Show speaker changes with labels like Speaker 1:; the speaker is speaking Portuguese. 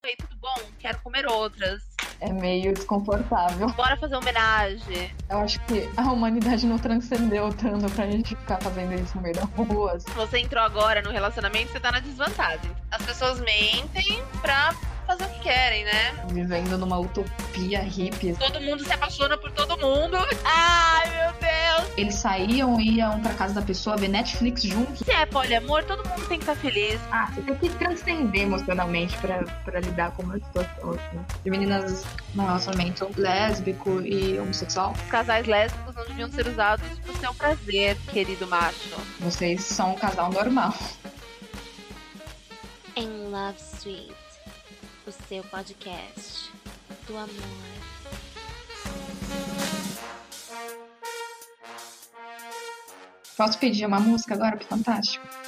Speaker 1: foi tudo bom, quero comer outras.
Speaker 2: É meio desconfortável.
Speaker 1: Bora fazer homenagem.
Speaker 2: Eu acho que a humanidade não transcendeu tanto pra gente ficar fazendo isso no meio da rua. assim.
Speaker 1: Se você entrou agora no relacionamento, você tá na desvantagem. As pessoas mentem pra fazer o que querem, né?
Speaker 2: Vivendo numa utopia hippie.
Speaker 1: Todo mundo se apaixona por todo mundo. Ai, meu Deus.
Speaker 2: Eles saíam e iam pra casa da pessoa ver Netflix juntos.
Speaker 1: Se é poliamor, todo mundo tem que estar feliz.
Speaker 2: Ah, você tem que transcender emocionalmente pra, pra lidar com uma situação assim. De meninas no relacionamento lésbico e homossexual,
Speaker 1: Os casais lésbicos não deviam ser usados pro seu prazer, querido macho.
Speaker 2: vocês são um casal normal.
Speaker 3: Em Love Suite, o seu podcast do amor.
Speaker 2: Posso pedir uma música agora pro Fantástico?